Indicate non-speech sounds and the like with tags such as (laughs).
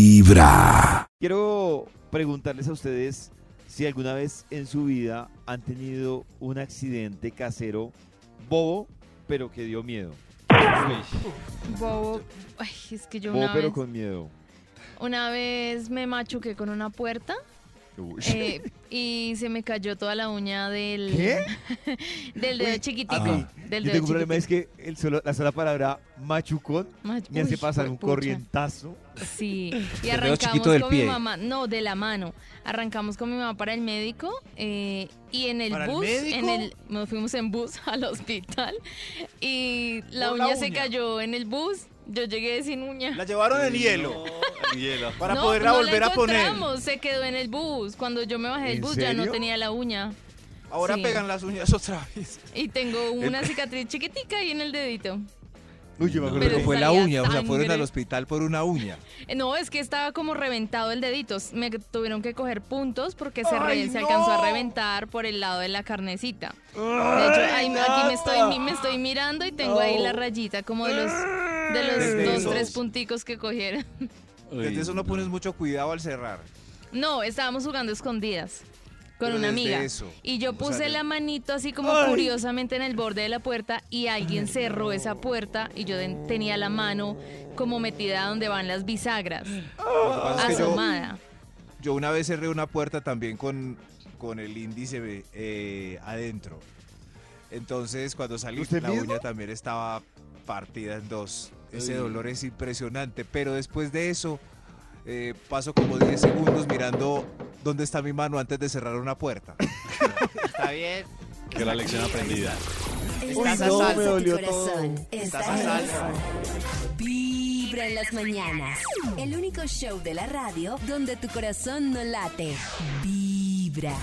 Vibra. Quiero preguntarles a ustedes si alguna vez en su vida han tenido un accidente casero bobo, pero que dio miedo. Bobo, ay, es que yo Bobo, una pero vez, con miedo. una vez me machuqué con una puerta (laughs) Uy. eh, y se me cayó toda la uña del, (laughs) ¿Qué? del dedo Uy, chiquitico. a mí, Del Yo dedo tengo un problema, es que el solo- la sola palabra machucón Mach- me hace uy, pasar un juepucha. corrientazo. (laughs) Sí, y dedo arrancamos chiquito con del mi pie. mamá, no, de la mano. Arrancamos con mi mamá para el médico eh, y en el ¿Para el bus, en médico? el, nos fuimos en bus (laughs) al hospital y la Por uña, la se uña. cayó en el bus. Yo llegué sin uña. La llevaron en hielo para no, poderla no volver la a poner. encontramos, Se quedó en el bus. Cuando yo me bajé del ¿En bus ya no serio? tenía la uña. Ahora Sí. pegan las uñas otra vez. Y tengo una cicatriz chiquitica ahí en el dedito. Uy, yo me acuerdo Pero Pero que- fue la salía uña, o sea, fueron sangre. al hospital por una uña. Eh, No, es que estaba como reventado el dedito. Me tuvieron que coger puntos porque se, re- ¡Ay, se no! alcanzó a reventar por el lado de la carnecita. De hecho, ahí- aquí me estoy, mi- me estoy mirando y tengo ahí la rayita como de los, de los Desde dos, esos. tres punticos que cogieron. Desde eso no pones mucho cuidado al cerrar. No, estábamos jugando escondidas con Pero una desde amiga. eso, Y yo o puse sea, la manito así como curiosamente en el borde de la puerta y alguien cerró esa puerta y yo den- tenía la mano como metida donde van las bisagras, Lo que Ah, pasa es que yo, asomada. yo una vez cerré una puerta también con, con el índice eh, adentro. Entonces cuando salí ¿Usted la mismo? uña también estaba partida en dos. Ese dolor es impresionante, pero después de eso eh, paso como 10 segundos mirando dónde está mi mano antes de cerrar una puerta. Está bien. Que la lección aprendida. Uy, Estás a no, me salvo. dolió todo. corazón. Estás Estás a en salvo. Vibra en las mañanas. El único show de la radio donde tu corazón no late. Vibra.